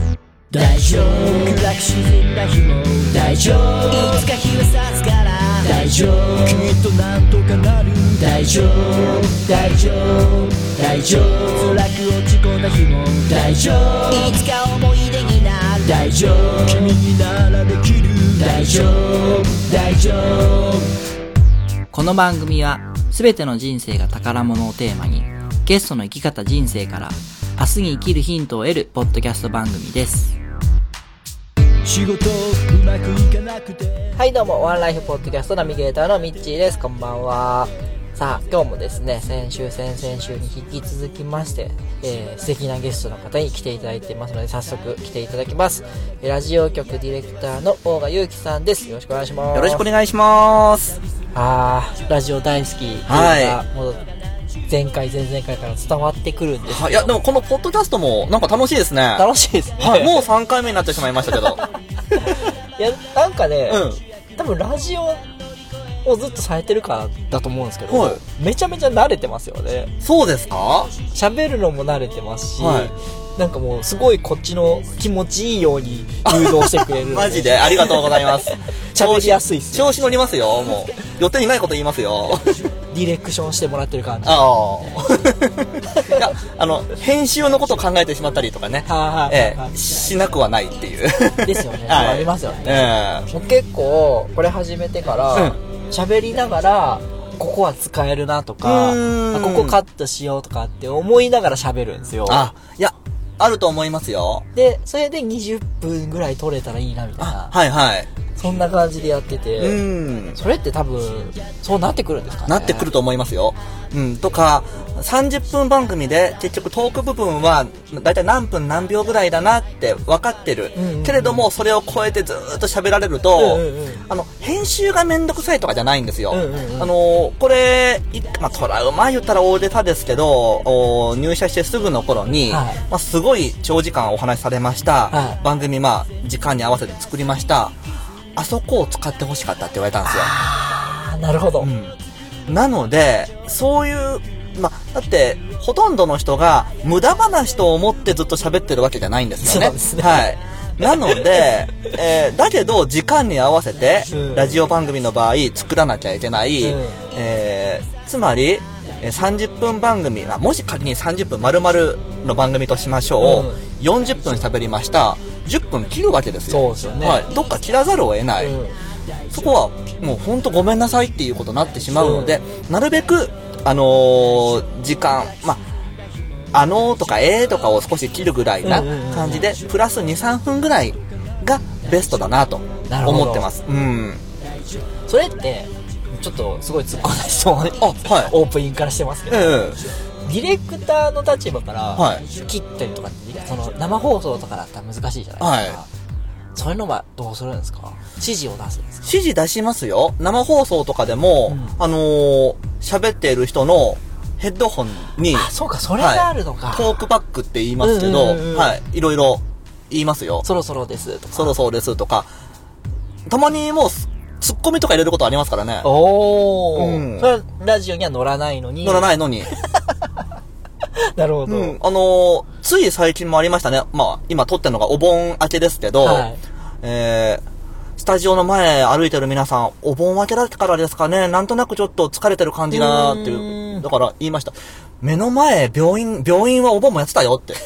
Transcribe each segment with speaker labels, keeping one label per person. Speaker 1: 大丈夫暗く沈んだ日も大丈夫いつか日は差すから大丈夫きっとなんとかなる大丈夫大丈夫大丈夫辛く落ち込んだ日も大丈夫いつか思い出になる大丈夫君にならできる大丈夫大丈夫
Speaker 2: この番組は全ての人生が宝物をテーマにゲストの生き方人生から明日に生きるヒントを得るポッドキャスト番組です
Speaker 1: 仕事うまくいかなくて
Speaker 2: はいどうもワンライフポッドキャストナビゲーターのミッチーですこんばんはさあ今日もですね先週先々週に引き続きまして、えー素敵なゲストの方に来ていただいてますので早速来ていただきますえーラジオ局ディレクターの大賀祐樹さんですよろしくお願いします
Speaker 3: よろしくお願いします。
Speaker 2: あーラジオ大好きというのが
Speaker 3: はい
Speaker 2: もう前回前々回から伝わってくるんですけど
Speaker 3: はい、いや、でもこのポッドキャストもなんか楽しいですね。は
Speaker 2: 楽しいですね、
Speaker 3: い、もう3回目になってしまいましたけど。
Speaker 2: いやなんかね、
Speaker 3: う
Speaker 2: 多分ラジオをずっとされてるからだと思うんですけど、
Speaker 3: は
Speaker 2: めちゃめちゃ慣れてますよね
Speaker 3: ん。そうですか
Speaker 2: 喋るのも慣れてますし、
Speaker 3: は
Speaker 2: なんかもうすごいこっちの気持ちいいように誘導してくれるん
Speaker 3: マジでありがとうございます。
Speaker 2: 喋りやすいっすよ
Speaker 3: 調子乗りますよ、もう。予定にないこと言いますよ。
Speaker 2: ディレクションしてもらってる感じ
Speaker 3: ああ。いや、あの、編集のことを考えてしまったりとかね。
Speaker 2: はいはい
Speaker 3: え
Speaker 2: はい
Speaker 3: え、しなくはないっていう。
Speaker 2: ですよね
Speaker 3: はい
Speaker 2: ありますよね
Speaker 3: ええ。
Speaker 2: 僕結構これ始めてから喋、りながらここは使えるなとか
Speaker 3: うーん
Speaker 2: あここカットしようとかって思いながら喋るんですよ
Speaker 3: あ、いや、あると思いますよ。
Speaker 2: でそれで20分ぐらい撮れたらいいなみたいな
Speaker 3: はいはい。
Speaker 2: そんな感じでやってて、
Speaker 3: うん。
Speaker 2: それって多分そうなってくるんですかね
Speaker 3: なってくると思いますよ。うん。とか、30分番組で結局トーク部分は、だいたい何分何秒ぐらいだなって分かってる。
Speaker 2: うんうんうん
Speaker 3: けれども、それを超えてずーっと喋られると、
Speaker 2: うんうんうん
Speaker 3: あの、編集がめんどくさいとかじゃないんですよ。
Speaker 2: うんうんうん
Speaker 3: あの、これ、いまあ、トラウマ言ったら大げさですけど、お入社してすぐの頃に、
Speaker 2: はい
Speaker 3: まあ、すごい長時間お話しされました。
Speaker 2: はい
Speaker 3: 番組、まあ、時間に合わせて作りました。あそこを使ってほしかったって言われたんですよ。
Speaker 2: あーなるほど、
Speaker 3: うんなので、そういう、ま、だって、ほとんどの人が無駄話と思ってずっと喋ってるわけじゃないんですよね。
Speaker 2: そうですね
Speaker 3: はい。なの で、えーだけど、時間に合わせて
Speaker 2: うん、
Speaker 3: ラジオ番組の場合、作らなきゃいけない、
Speaker 2: うん
Speaker 3: えーつまり、えー30分番組、あもし仮に30分丸々の番組としましょう。
Speaker 2: うん
Speaker 3: 40分喋りました。10分切るわけですよ。
Speaker 2: そうですよね
Speaker 3: はい。どっか切らざるを得ない。
Speaker 2: うん
Speaker 3: そこはもう本当ごめんなさいっていうことになってしまうので、なるべく、あのー時間、まあ、あのーとかえーとかを少し切るぐらいな
Speaker 2: うんうんうん
Speaker 3: 感じで、プラス2、3分ぐらいがベストだなと
Speaker 2: なるほど
Speaker 3: 思ってます。うん。
Speaker 2: それってちょっとすごい突っ込んだ質問で
Speaker 3: あ、はい。
Speaker 2: オープニングからしてますけど、
Speaker 3: え
Speaker 2: ディレクターの立場から、
Speaker 3: はい
Speaker 2: 切ったりとかってその生放送とかだったら難しいじゃないですか、
Speaker 3: はい
Speaker 2: そういうのはどうするんですか指示を出すんですか
Speaker 3: 指示出しますよ。生放送とかでも、
Speaker 2: う
Speaker 3: あのー喋っている人のヘッドホンに、
Speaker 2: あそうかそれがあるのか、
Speaker 3: トークバックって言いますけど、
Speaker 2: うんうんうんうん
Speaker 3: はい。いろいろ言いますよ。
Speaker 2: そろそろですとか
Speaker 3: そろそろですとか、たまにもうす、ツッコミとか入れることありますからね。
Speaker 2: おお、
Speaker 3: うん
Speaker 2: それはラジオには乗らないのに
Speaker 3: 乗ら
Speaker 2: い
Speaker 3: ないのに。
Speaker 2: なるほど、
Speaker 3: うん。あのーつい最近もありましたね。まあ、今撮ってるのがお盆明けですけど、
Speaker 2: はい
Speaker 3: えー、スタジオの前歩いてる皆さん、お盆明けだからですかね、なんとなくちょっと疲れてる感じなーっていうう。
Speaker 2: ん
Speaker 3: だから言いました。目の前、病院、病院はお盆もやって たよって。っ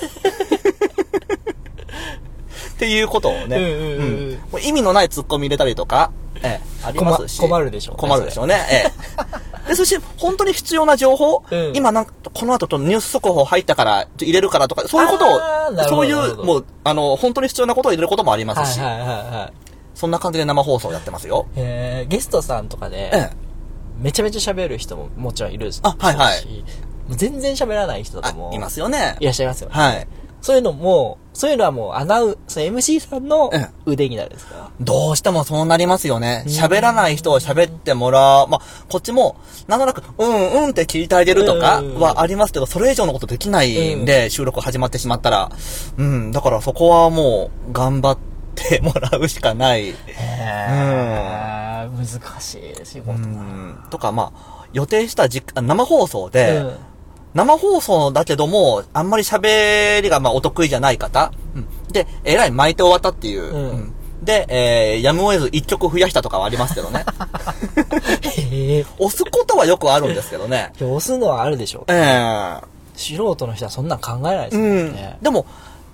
Speaker 3: ていうことをね。
Speaker 2: うんうんうんうん
Speaker 3: もう意味のないツッコミ入れたりとか、ええ、ありますし。
Speaker 2: 困困るでしょうね
Speaker 3: 困るでしょうね。え え。で、そして、本当に必要な情報、
Speaker 2: うん
Speaker 3: 今なんか、この後ちょっとニュース速報入ったから、入れるからとか、そういうこと
Speaker 2: あー
Speaker 3: を
Speaker 2: な、るほ
Speaker 3: そ
Speaker 2: ど
Speaker 3: うい
Speaker 2: なる
Speaker 3: う、
Speaker 2: ほど
Speaker 3: もう、あの、本当に必要なことを入れることもあります
Speaker 2: は
Speaker 3: し、
Speaker 2: いはいはいはい
Speaker 3: そんな感じで生放送やってますよ。
Speaker 2: えー、ゲストさんとかで、
Speaker 3: ええ。
Speaker 2: めちゃめちゃ喋る人ももちろんいるし
Speaker 3: あはいはい
Speaker 2: もう全然喋らない人と
Speaker 3: あ
Speaker 2: かも、
Speaker 3: いますよね。
Speaker 2: いらっしゃいますよね
Speaker 3: はい。
Speaker 2: そういうのも、そういうのはもうアナウン、その MC さんの
Speaker 3: うん
Speaker 2: 腕になるんですか、
Speaker 3: どうしてもそうなりますよね。喋らない人を喋ってもらう。まあ、こっちも、なんとなく、うんうんって聞いてあげるとか
Speaker 2: うん
Speaker 3: はありますけど、それ以上のことできないんで、収録始まってしまったら。うん、だからそこはもう、頑張ってもらうしかない。
Speaker 2: へー難しい仕事だ。
Speaker 3: うん、とか、まあ、予定した時間、生放送で、
Speaker 2: うん
Speaker 3: 生放送だけども、あんまり喋りがまあお得意じゃない方、うんで、えらい巻いて終わったっていう。
Speaker 2: うん
Speaker 3: うんで、えー、やむを得ず一曲増やしたとかはありますけどね。
Speaker 2: へえ。
Speaker 3: 押すことはよくあるんですけどね。
Speaker 2: 押すのはあるでしょ。
Speaker 3: えー、
Speaker 2: 素人の人はそんなん考えないですも
Speaker 3: うんん
Speaker 2: ね。。
Speaker 3: でも、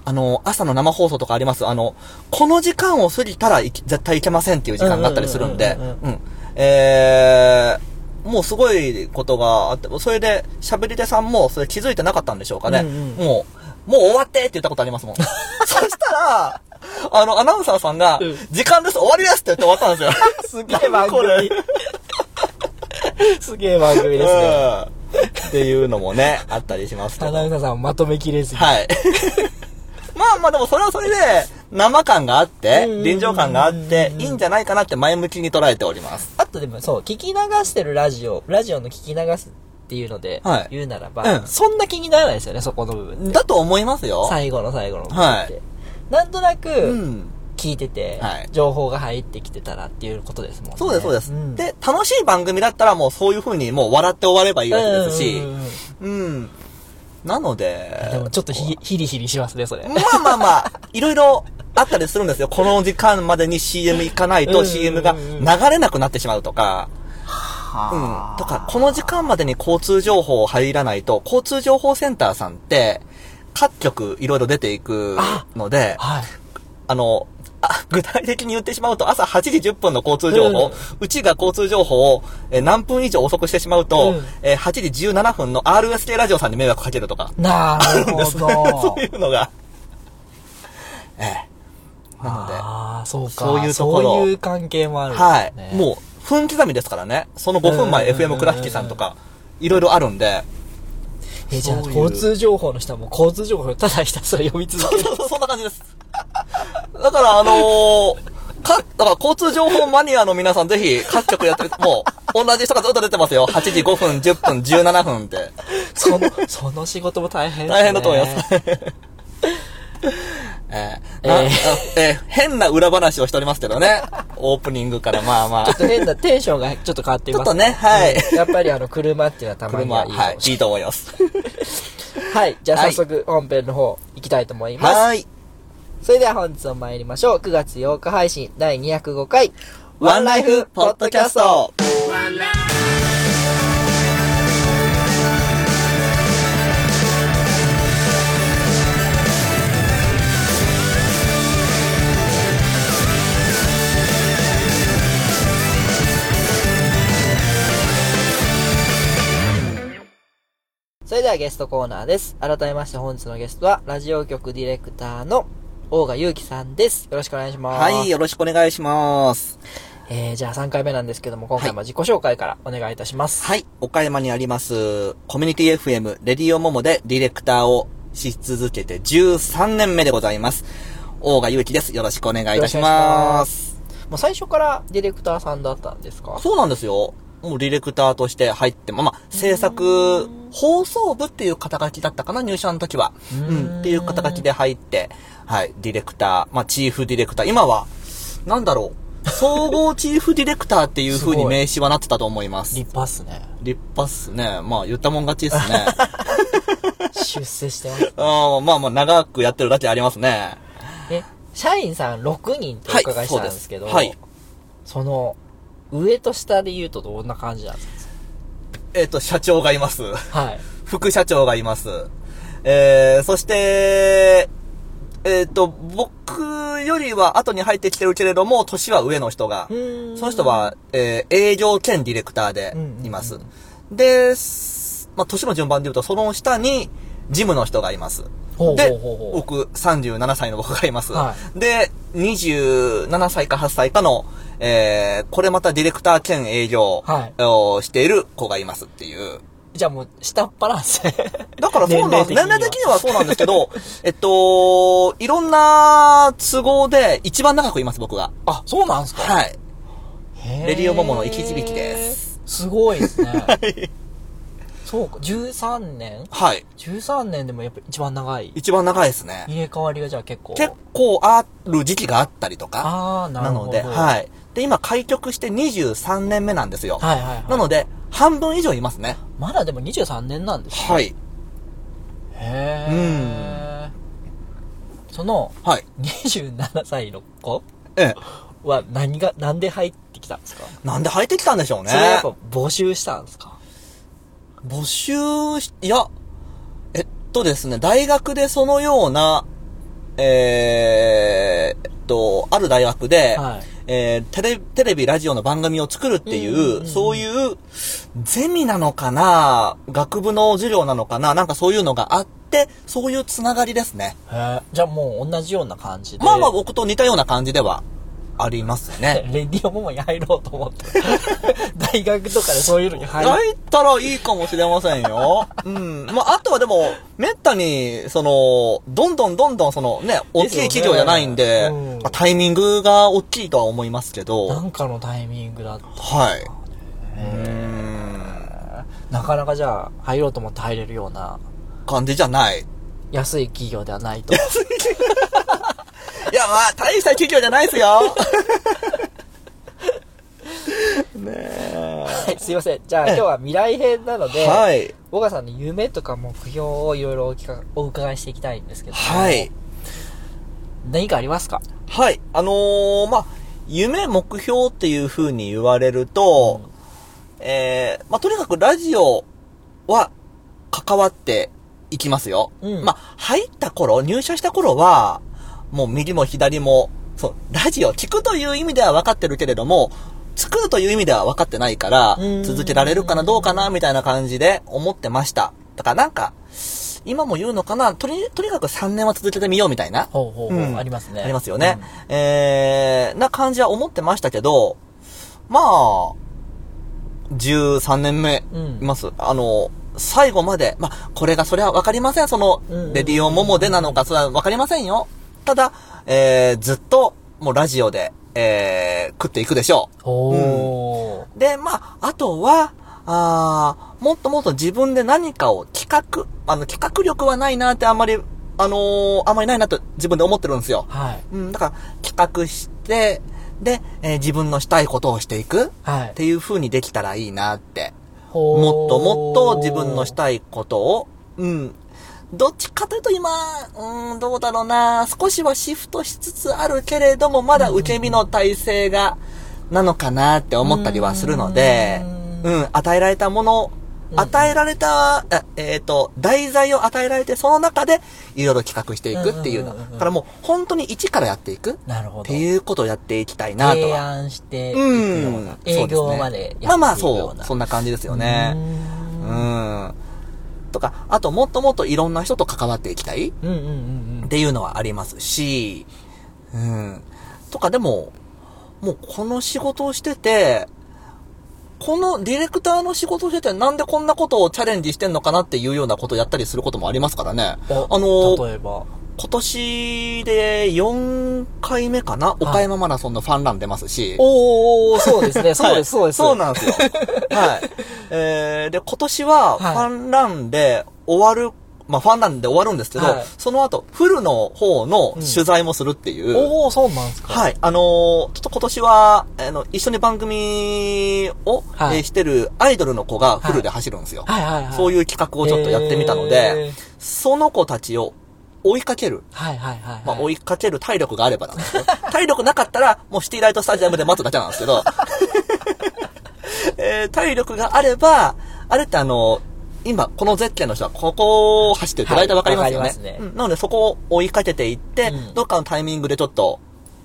Speaker 3: あの、朝の生放送とかあります。あの、この時間を過ぎたらいき絶対いけませんっていう時間があったりするんで、
Speaker 2: うんうんうん
Speaker 3: うん。えー、もうすごいことがあって、それで、喋り手さんもそれ気づいてなかったんでしょうかね。
Speaker 2: うんうん
Speaker 3: もう、もう終わってって言ったことありますも ん。そしたら、あの、アナウンサーさんが、
Speaker 2: うん
Speaker 3: 時間です終わりですって言って終わったんです
Speaker 2: す
Speaker 3: よ。
Speaker 2: げえ番組
Speaker 3: これ。
Speaker 2: すげ え番組ですね。
Speaker 3: うん っていうのもね、あったりしますけ
Speaker 2: ア
Speaker 3: ど。
Speaker 2: ナウンサーさんをまとめきれずに。
Speaker 3: はい。 まあまあでもそれはそれで、生感があって
Speaker 2: うんうんう、ん
Speaker 3: 臨場感があって、いいんじゃないかなって前向きに捉えております。
Speaker 2: あとでもそう、聞き流してるラジオ、ラジオの聞き流すっていうので
Speaker 3: はい
Speaker 2: 言うならば、
Speaker 3: うん
Speaker 2: そんな気にならないですよね、そこの部分で。
Speaker 3: だと思いますよ。
Speaker 2: 最後の最後の部分
Speaker 3: は
Speaker 2: って。
Speaker 3: い
Speaker 2: なんとな
Speaker 3: う
Speaker 2: く
Speaker 3: ん。
Speaker 2: 聞いてて、
Speaker 3: はい
Speaker 2: 情報が入ってきてたらっていうことですもんね。
Speaker 3: そうです、そうです
Speaker 2: ん、
Speaker 3: で、楽しい番組だったらもうそういう風にもう笑って終わればいいわけですし
Speaker 2: うんうん、うんうん
Speaker 3: うん。なので、
Speaker 2: でもちょっとひヒリヒリしますね、それ。
Speaker 3: まあまあまあ、いろいろあったりするんですよ。この時間までに CM 行かない
Speaker 2: うんうんう
Speaker 3: と
Speaker 2: ん
Speaker 3: CM が流れなくなってしまうとか、うん。とか、この時間までに交通情報入らないと、交通情報センターさんって、各局いろいろ出ていくので、あ
Speaker 2: はい。
Speaker 3: の、あ具体的に言ってしまうと、朝8時10分の交通情報、
Speaker 2: うん
Speaker 3: うちが交通情報をえー何分以上遅くしてしまうと、
Speaker 2: うん
Speaker 3: えー8時17分の RSK ラジオさんに迷惑かけるとか。
Speaker 2: なるほど
Speaker 3: そう。いうのが。 ええ。なので、
Speaker 2: ああ、そうか。
Speaker 3: そういうところ
Speaker 2: そういう関係もあるん
Speaker 3: は
Speaker 2: ですね、
Speaker 3: い。もう、分刻みですからね。その5
Speaker 2: うん
Speaker 3: 分前、
Speaker 2: うんうんうん
Speaker 3: FM 倉敷さんとか、いろいろあるんで。
Speaker 2: え、じゃあ、
Speaker 3: そういう
Speaker 2: 交通情報の人はもう交通情報をただひたすら読み続
Speaker 3: そ
Speaker 2: け
Speaker 3: う
Speaker 2: る。
Speaker 3: そうそう、そんな感じです。だから、あのーか、だから交通情報マニアの皆さんぜひ各局 やってみて、もう、同じ人がずっと出てますよ。8時5分、10分、17分って。
Speaker 2: その、その仕事も大変ですね。
Speaker 3: 大変だと思います。 ええな
Speaker 2: え
Speaker 3: ええ変な裏話をしておりますけどね。オープニングからまあまあ。
Speaker 2: ちょっと変なテンションがちょっと変わっています、
Speaker 3: ちょっとねはい
Speaker 2: うんやっぱりあの、車っていうのはたまに
Speaker 3: 車、
Speaker 2: はいいか
Speaker 3: は
Speaker 2: も
Speaker 3: い、
Speaker 2: し
Speaker 3: いいと思います。
Speaker 2: れない。はい。じゃあ
Speaker 3: はい
Speaker 2: 早速本編の方行きたいと思います。
Speaker 3: はーい。
Speaker 2: それでは本日も参りましょう。9月8日配信第205回。
Speaker 3: ワンライフポッドキャスト。
Speaker 2: それではゲストコーナーです。改めまして本日のゲストは、ラジオ局ディレクターの大賀祐樹さんです。よろしくお願いします。
Speaker 3: はい、。よろしくお願いします。
Speaker 2: えー、じゃあ3回目なんですけども、今回も自己紹介からお願いいたします。
Speaker 3: はい、岡山にあります、コミュニティ FM、レディオモモでディレクターをし続けて13年目でございます。大賀祐樹です。よろしくお願いいたします。
Speaker 2: もう最初からディレクターさんだったんですか
Speaker 3: そうなんですよ。もうディレクターとして入って、まあまあ、制作、放送部っていう肩書きだったかな、入社の時は。
Speaker 2: ー
Speaker 3: うんん、っていう肩書きで入って、はい、ディレクター、まあ、チーフディレクター、今は、なんだろう、総合チーフディレクターっていう風
Speaker 2: す
Speaker 3: に
Speaker 2: ごい
Speaker 3: 名刺はなってたと思いま す。
Speaker 2: 立派っすね。
Speaker 3: 立派っすね。まあ、言ったもん勝ちっすね。
Speaker 2: 出世して ます。
Speaker 3: あーまあまあ、長くやってるだけありますね。
Speaker 2: え、社員さん6人ってお
Speaker 3: はい、
Speaker 2: 伺いし
Speaker 3: そう
Speaker 2: たん
Speaker 3: で
Speaker 2: ですけど、
Speaker 3: はい。
Speaker 2: その、上と下で言うとどんな感じなんです
Speaker 3: えっ、と、社長がいます。
Speaker 2: かはい。
Speaker 3: 副社長がいます。えー、そして、えっ、と、僕よりは後に入ってきてるけれども、年は上の人が、
Speaker 2: ーん
Speaker 3: その人は、えー営業兼ディレクターでいます。
Speaker 2: うんうん
Speaker 3: で、すまあ、年の順番で言うと、その下に、事務の人がいます。
Speaker 2: ほう
Speaker 3: で
Speaker 2: ほうほうほう、
Speaker 3: 僕、37歳の僕がいます。
Speaker 2: は
Speaker 3: で、27歳か8歳かの、えー、これまたディレクター兼営業
Speaker 2: はい
Speaker 3: をしている子がいますっていう。
Speaker 2: じゃあもう、下っ腹なんですね。
Speaker 3: だからそうなんです。
Speaker 2: 年
Speaker 3: 年
Speaker 2: 齢
Speaker 3: 齢
Speaker 2: 的には
Speaker 3: 的にはそうなんです けど、えっと、いろんな都合で一番長くいます、僕が。
Speaker 2: あ、そうなんですか
Speaker 3: はい。
Speaker 2: へー
Speaker 3: レディオモモの生き字引です。
Speaker 2: すごい ですね。そうか、13年
Speaker 3: はい。
Speaker 2: ?13 年でもやっぱ一番長い。
Speaker 3: 一番長いですね。
Speaker 2: 入れ替わりがじゃあ結構。
Speaker 3: 結構ある時期があったりとか。
Speaker 2: ああ、な
Speaker 3: な
Speaker 2: るほ
Speaker 3: の
Speaker 2: ど。
Speaker 3: で、
Speaker 2: い。
Speaker 3: はい。で、今、開局して23年目なんですよ。
Speaker 2: はいはいはい。
Speaker 3: なので、半分以上いますね。
Speaker 2: まだでも23年なんですね。
Speaker 3: はい。
Speaker 2: へえ。その
Speaker 3: はい。
Speaker 2: 27歳の子
Speaker 3: ええ。
Speaker 2: は何が、なんで入ってきたんですか
Speaker 3: なんで入ってきたんでしょうね。
Speaker 2: それはやっぱ募集したんですか
Speaker 3: 募集し、いや、えっとですね、大学でそのような、えーえっと、ある大学で、
Speaker 2: はい
Speaker 3: えーテレ、テレビ、ラジオの番組を作るっていう、
Speaker 2: うんうんうん
Speaker 3: そういう、ゼミなのかな学部の授業なのかななんかそういうのがあって、そういうつながりですね。
Speaker 2: へえじゃあもう同じような感じで。
Speaker 3: まあまあ僕と似たような感じではありますね。
Speaker 2: レディオモモに入ろうと思って。大学とかでそういうのに入る。
Speaker 3: 入ったらいいかもしれませ んよ。うん。まあ、あとはでも、めったに、その、どんどんどんどん、そのね、大きい企業じゃないん
Speaker 2: です
Speaker 3: で、
Speaker 2: よねうん
Speaker 3: まあタイミングが大きいとは思いますけ
Speaker 2: な
Speaker 3: ど、
Speaker 2: んかのタイミングだった。
Speaker 3: はい。うーん。
Speaker 2: なかなかじゃあ入ろうと思って入れるような
Speaker 3: 感じじゃない。
Speaker 2: 安い企業ではないと。
Speaker 3: いや、まあ、大した企業じゃないです よ。
Speaker 2: はい、すいません。じゃあ今日は未来編なので、
Speaker 3: はい。
Speaker 2: ボガさんの夢とか目標をいろいろお聞かお伺いしていきたいんですけど、
Speaker 3: はい。
Speaker 2: 何かありますか
Speaker 3: はい。あのーまあ、夢、目標っていう風に言われると、えーまあ、とにかくラジオは関わっていきますよ。
Speaker 2: うん
Speaker 3: まあ、入った頃、入社した頃は、もう右も左も、そう、ラジオ聞くという意味では分かってるけれども、作るという意味では分かってないから
Speaker 2: う、ん
Speaker 3: 続けられるかなどうかなみたいな感じで思ってました。だからなんか、今も言うのかな、とに、とにかく3年は続けてみようみたいな。
Speaker 2: ほうほうほう、
Speaker 3: うん
Speaker 2: ありますね。
Speaker 3: ありますよね。えー、な感じは思ってましたけど、まあ、13年目
Speaker 2: うん
Speaker 3: います。あの、最後まで、まあ、これが、それはわかりません。その
Speaker 2: うんうん、
Speaker 3: レディオモモでなのか、それはわかりませんよ。ただ、えー、ずっと、もうラジオで、えー、食っていくでしょ
Speaker 2: うん。おー。
Speaker 3: う。で、まあ、あとは、あーもっともっと自分で何かを企画、あの、企画力はないなってあんまり、あのーあんまりないなと自分で思ってるんですよ。
Speaker 2: はい。
Speaker 3: うん、だから企画して、で、えー自分のしたいことをしていく
Speaker 2: はい
Speaker 3: って。いう風にできたらいいなって。
Speaker 2: ほー
Speaker 3: もっともっと自分のし。たいことを、うん。どっちかというと今、うん、どうだろうな、少しはシフトしつつあるけれども、まだ受け身の体制が、なのかなって思ったりはするので、
Speaker 2: う
Speaker 3: うん、与えられたもの、
Speaker 2: うん
Speaker 3: 与えられた、あえっ、と、題材を与えられて、その中で、いろいろ企画していくっていうの。
Speaker 2: うんうんうんうん
Speaker 3: だからもう、本当に一からやっていく
Speaker 2: なるほ
Speaker 3: っ
Speaker 2: ど。
Speaker 3: ていうことをやっていきたいなと
Speaker 2: 提
Speaker 3: は。
Speaker 2: 案していくよ
Speaker 3: う。。
Speaker 2: うなん営業までやっていくような。
Speaker 3: まあまあ、そう。そんな感じですよね。
Speaker 2: う
Speaker 3: うんん。とか、あともっともっといろんな人と関わっていきたい
Speaker 2: うんうんうんう
Speaker 3: っ
Speaker 2: ん。
Speaker 3: ていうのはありますし、うん。とかでも、もうこの仕事をしてて、このディレクターの仕事をしててなんでこんなことをチャレンジしてんのかなっていうようなことをやったりすることもありますからね。あ
Speaker 2: お
Speaker 3: の、
Speaker 2: 例えば。
Speaker 3: 今年で4回目かな岡山マラソンのファンラン出ますし。
Speaker 2: おー、そう ですね。そうです、そうです。
Speaker 3: そうなん ですよ。はい。えー、で、今年は、
Speaker 2: い
Speaker 3: ファンランで終わる、まあ、ファンランで終わるんですけど、
Speaker 2: はい
Speaker 3: その後、フルの方の取材もするっていう。
Speaker 2: おー、そうなんですか。。
Speaker 3: はいい。あのーちょっと今年は、あの、一緒に番組を、
Speaker 2: はい
Speaker 3: えーしてるアイドルの子がフルで走るんですよ。
Speaker 2: はいはいはい。
Speaker 3: そういう企画をちょっとやってみたので、
Speaker 2: へー
Speaker 3: その子たちを追いかける。
Speaker 2: はいはいはいはい。
Speaker 3: まあ、追いかける体力があればなんですけど、体力なかったら、もうシティライトスタジアムで待つだけなんですけど、 えー体力があれば、あれってあの、今、この絶景の人はここを走ってるって
Speaker 2: はい
Speaker 3: 大体わかりますよ
Speaker 2: わ
Speaker 3: ね。
Speaker 2: かりますね
Speaker 3: うんなのでそこを追いかけていって、
Speaker 2: うん
Speaker 3: どっかのタイミングでちょっと、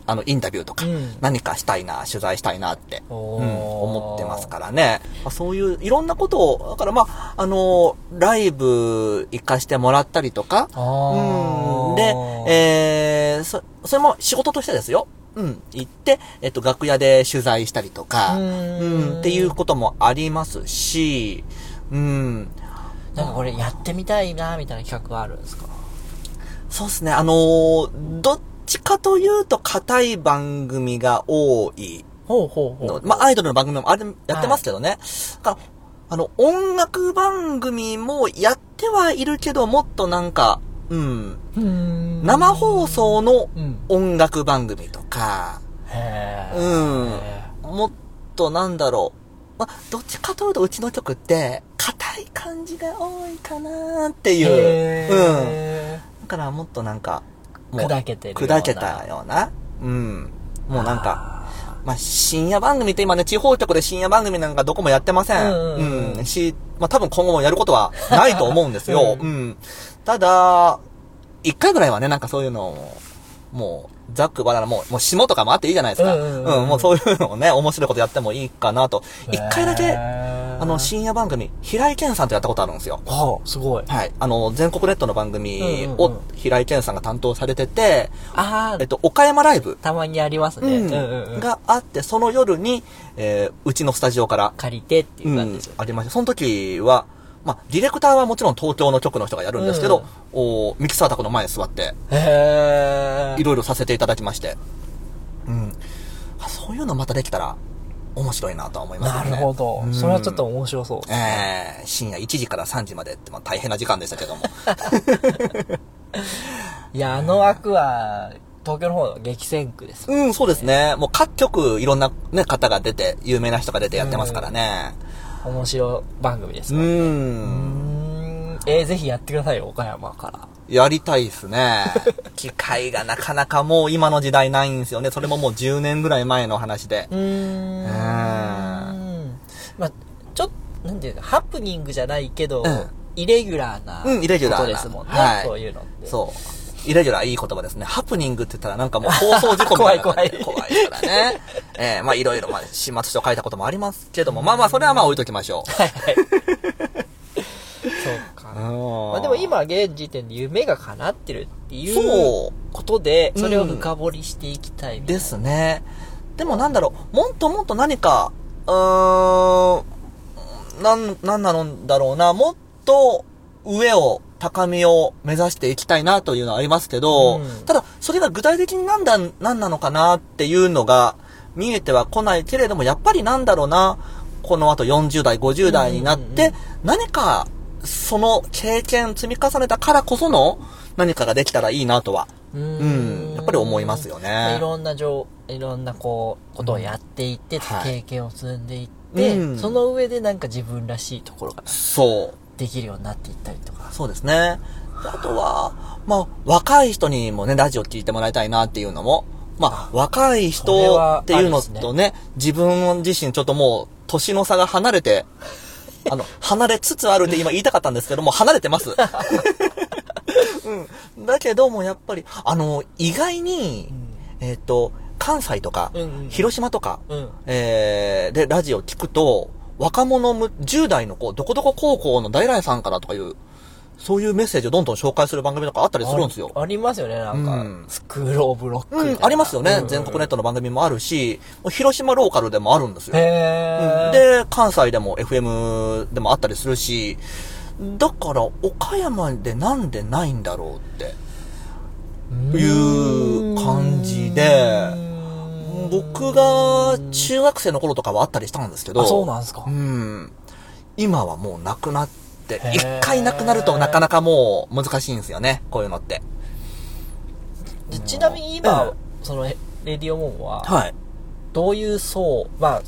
Speaker 3: あの、インタビューとか、
Speaker 2: うん
Speaker 3: 何かしたいな、取材したいなって、うん
Speaker 2: おー
Speaker 3: 思ってますからね。まあそういう、いろんなことを、だからまあ、あの、ライブ行かしてもらったりとか、う
Speaker 2: あ
Speaker 3: ん。で
Speaker 2: ー。、
Speaker 3: えー、そ、それも仕事としてですよ。うん。行って、えっと、楽屋で取材したりとか、
Speaker 2: う
Speaker 3: うんん、っていうこともありますし、うん。
Speaker 2: なんかこれやってみたいな、みたいな企画はあるんですか
Speaker 3: そうですね、あのーどっちかというと、硬い番組が多い
Speaker 2: ほうほうほ
Speaker 3: の。
Speaker 2: う。
Speaker 3: まあ、アイドルの番組もあれ、やってますけどね。だからあの、音楽番組もやってはいるけど、もっとなんか、うん、
Speaker 2: うん
Speaker 3: 生放送の
Speaker 2: うん。
Speaker 3: 音楽番組とか、
Speaker 2: へー
Speaker 3: うん
Speaker 2: へ
Speaker 3: もっとなんだろう。まあ、どっちかというとうちの曲って、硬い感じが多いかなって
Speaker 2: ー
Speaker 3: いう。うん。
Speaker 2: へ
Speaker 3: だからもっとなんか、もう
Speaker 2: 砕けてるような
Speaker 3: 砕けたような。うん。もうなんか、まあ、深夜番組って今ね、地方局で深夜番組なんかどこもやってません。
Speaker 2: うんうんうん
Speaker 3: し、まあ多分今後もやることはないと思うんですよ。
Speaker 2: う
Speaker 3: うん、ただ、一回ぐらいはね、なんかそういうのを、もう、ざっくばらんもう、もう霜とかもあっていいじゃないですか。
Speaker 2: うんうんうんうん
Speaker 3: もうそういうのをね、面白いことやってもいいかなと。一回だけ、
Speaker 2: あ
Speaker 3: あの、深夜番組、平井健さんとやったことあるんですよ。
Speaker 2: はあ、すごい。
Speaker 3: はい。あの、全国ネットの番組
Speaker 2: うんうんうん
Speaker 3: を平井健さんが担当されてて、
Speaker 2: あ
Speaker 3: えっと、岡山ライブ、
Speaker 2: たまにありますね。うんうんうん。
Speaker 3: があって、その夜に、えーうちのスタジオから、
Speaker 2: 借りてっていう
Speaker 3: う
Speaker 2: 感じ
Speaker 3: ん
Speaker 2: ですよ。
Speaker 3: ありました。その時は、まあ、ディレクターはもちろん東京の局の人がやるんですけど、
Speaker 2: うん
Speaker 3: おミキサー宅の前に座って、
Speaker 2: へ
Speaker 3: いろいろさせていただきまして、うん。あそういうのまたできたら、面白いなとは思います
Speaker 2: な
Speaker 3: よね。
Speaker 2: るほど、
Speaker 3: うん
Speaker 2: それはちょっと面白そうですね。
Speaker 3: えー深夜1時から3時までって、まあ、大変な時間でした けども。
Speaker 2: いや、あの枠は、東京の方の激戦区です。
Speaker 3: うん、そうですね。もう各局いろんな、ね、方が出て、有名な人が出てやってますからね。
Speaker 2: 面白番組です
Speaker 3: う。
Speaker 2: ね。うんん。えー、ぜひやってくださいよ、岡山から。
Speaker 3: やりたいです ね。機会がなかなかもう今の時代ないんですよね。それももう10年ぐらい前の話で。
Speaker 2: うーん。まあ、ちょっと、なんていうか、ハプニングじゃないけど、
Speaker 3: うん
Speaker 2: イレギュラーな
Speaker 3: うんイレギュラ
Speaker 2: こと
Speaker 3: ーな
Speaker 2: ですもんね、
Speaker 3: はい
Speaker 2: そういうのって。
Speaker 3: そう。イレギュラーいい言葉ですね。ハプニングって言ったらなんかもう放送事故みたいな感じ で
Speaker 2: 怖い怖い
Speaker 3: 怖いからね。えーまあいろいろ、まあ、始末書書いたこともありますけども、まあまあそれはまあ置いときましょう。
Speaker 2: はいはい。 そうか。ま
Speaker 3: ま
Speaker 2: あ、でも、今現時点で夢が叶ってるっていう
Speaker 3: そう
Speaker 2: ことで、
Speaker 3: うん
Speaker 2: それを深掘りしていきたいみたいな
Speaker 3: ですね。でもなんだろう、もっともっと何か、うーん、なん、なんなんだろうな、もっと上を、高みを目指していきたいなというのはありますけど、
Speaker 2: うん
Speaker 3: ただ、それが具体的になんだ、なんなのかなっていうのが見えてはこないけれども、やっぱりなんだろうな、この後40代、50代になっ
Speaker 2: う
Speaker 3: て、何か、その経験積み重ねたからこその何かができたらいいなとは、
Speaker 2: う
Speaker 3: うん、やっぱり思いますよね。
Speaker 2: いろんな情、いろんなこう、ことをやっていって、
Speaker 3: は
Speaker 2: 経
Speaker 3: い
Speaker 2: 験を積んでいって、
Speaker 3: うん
Speaker 2: その上でなんか自分らしいところが
Speaker 3: そう。
Speaker 2: できるようになっていったりとか。
Speaker 3: そうですね。であとは、まあ、若い人にもね、ラジオ聞いてもらいたいなっていうのも、まあ、若い
Speaker 2: それ
Speaker 3: 人
Speaker 2: は
Speaker 3: っていうの
Speaker 2: ありです
Speaker 3: とね、自分自身ちょっともう、年の差が離 れて、あの、離れつつあるって今言いたかったんですけども、離れ てます。うん。だけども、やっぱり、あの、意外に、えっ、と、関西とか、
Speaker 2: うんうん
Speaker 3: 広島とか、
Speaker 2: うん。
Speaker 3: えー、で、ラジオ聞くと、若者む、10代の子、どこどこ高校の大来さんからとかいう、そういうメッセージをどんどん紹介する番組とかあったりするんですよ。
Speaker 2: あありますよね、なんか、
Speaker 3: うん
Speaker 2: スクールオブロックみ
Speaker 3: う
Speaker 2: たい
Speaker 3: ん
Speaker 2: な、
Speaker 3: ありますよね。
Speaker 2: うん
Speaker 3: 全国ネットの番組もあるし、もう広島ローカルでもあるんですよ。
Speaker 2: へー。
Speaker 3: で、関西でも FM でもあったりするし、だから、岡山でなんでないんだろうって。いう感じで
Speaker 2: うん
Speaker 3: 僕が中学生の頃とかはあったりしたんですけど、
Speaker 2: あ、そうなんですか。
Speaker 3: うん。今はもうなくなって
Speaker 2: へ、ー
Speaker 3: 一回なくなるとなかなかもう難しいんですよね、こういうのって。
Speaker 2: でちなみに今、
Speaker 3: うん
Speaker 2: その、レディオモンは、
Speaker 3: はい。
Speaker 2: どういう層、まあ、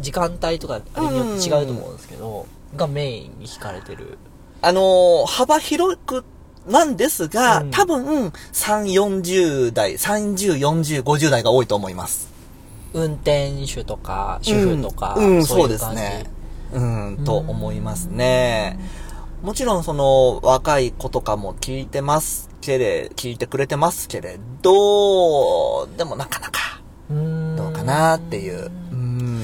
Speaker 2: 時間帯とか、あれによって違うと
Speaker 3: うん
Speaker 2: 思うんですけど、がメインに惹かれてる。
Speaker 3: あのー幅広くなんですが、
Speaker 2: うん
Speaker 3: 多分、3、40代、30、40、50代が多いと思います。
Speaker 2: 運転手とか、主婦とか、
Speaker 3: うん、うん
Speaker 2: そ
Speaker 3: そうう
Speaker 2: い
Speaker 3: で
Speaker 2: う
Speaker 3: す
Speaker 2: 感じ。
Speaker 3: ね。うん、と思いますね。もちろん、その、若い子とかも聞いてますけれ、聞いてくれてますけれど、でもなかなか、
Speaker 2: うーん
Speaker 3: どうかなっていう。うん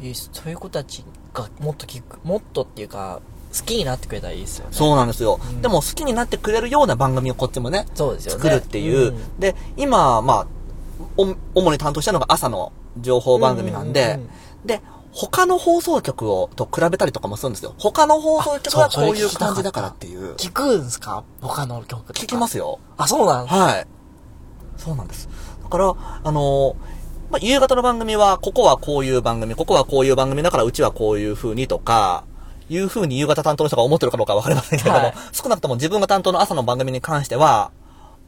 Speaker 2: いいっすそういう子たちがもっと聞く、もっとっていうか、好きになってくれたらいいですよね。
Speaker 3: そうなんですよ。
Speaker 2: うん
Speaker 3: でも好きになってくれるような番組をこっちもね、
Speaker 2: そうですよね。
Speaker 3: 作るっていう。
Speaker 2: ん
Speaker 3: で、今、まあ、お主に担当したのが朝の情報番組なんで、
Speaker 2: うんうん
Speaker 3: で、他の放送局を、と比べたりとかもするんですよ。他の放送局は
Speaker 2: あそう
Speaker 3: こうい
Speaker 2: それ聞
Speaker 3: う
Speaker 2: きたかった
Speaker 3: 感じだからっていう。
Speaker 2: 聞くんすか他の曲とか
Speaker 3: 聞きますよ。
Speaker 2: あ、そうなんだ
Speaker 3: はい。そうなんです。だから、あのーまあ、夕方の番組は、ここはこういう番組、ここはこういう番組だから、うちはこういう風にとか、いう風に夕方担当の人が思ってるかどうかわかりませんけれども、
Speaker 2: はい
Speaker 3: 少なくとも自分が担当の朝の番組に関しては、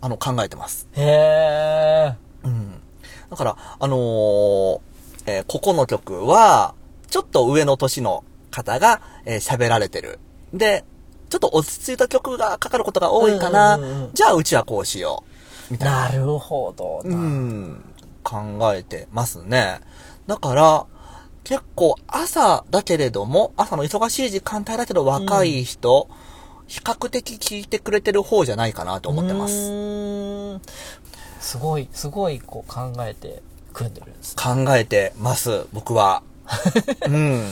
Speaker 3: あの、考えてます。
Speaker 2: へー。
Speaker 3: うん。だから、あのーえーここの曲は、ちょっと上の年の方がえー喋、られてる。で、ちょっと落ち着いた曲がかかることが多いかな。
Speaker 2: うんうんうんうん
Speaker 3: じゃあ、うちはこうしよう。みたいな。
Speaker 2: なるほど
Speaker 3: う
Speaker 2: な。
Speaker 3: ん、考えてますね。だから、結構朝だけれども、朝の忙しい時間帯だけど若い人、比較的聞いてくれてる方じゃないかなと思ってま
Speaker 2: う
Speaker 3: す。
Speaker 2: ーんすごい、すごい、こう考えて組んでるんです。
Speaker 3: 考えてます、僕は。うん。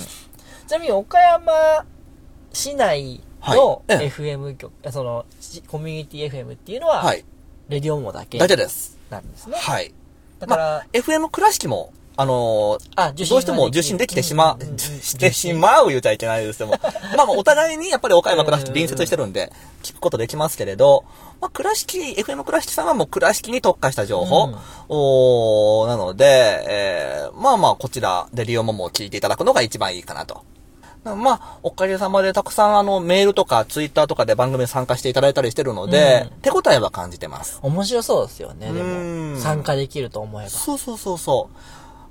Speaker 2: ちなみに岡山市内の
Speaker 3: はいええ
Speaker 2: FM 局、その、しコミュニティ FM っていうのは、
Speaker 3: はい。
Speaker 2: レディオモだけ
Speaker 3: だけです。
Speaker 2: なんですね。
Speaker 3: はい。
Speaker 2: だから、
Speaker 3: FM 倉敷も、あのー
Speaker 2: あ受信
Speaker 3: どうしても
Speaker 2: ができる
Speaker 3: 受信できてしま、
Speaker 2: うんうんうん
Speaker 3: してしまう言うちゃいけないです けども。まあまあ、お互いにやっぱり岡山倉敷隣接してるんで、聞くことできますけれど、まあ、倉敷、FM 倉敷さんはもう倉敷に特化した情報、
Speaker 2: うん
Speaker 3: おーなので、えーまあまあ、こちらでリオモも聞いていただくのが一番いいかなと。まあ、おかげさまでたくさんあの、メールとかツイッターとかで番組に参加していただいたりしてるので、
Speaker 2: う
Speaker 3: 手応えは感じてます。
Speaker 2: 面白そうですよね、で
Speaker 3: うん
Speaker 2: も。参加できると思えば。
Speaker 3: そうそうそうそう。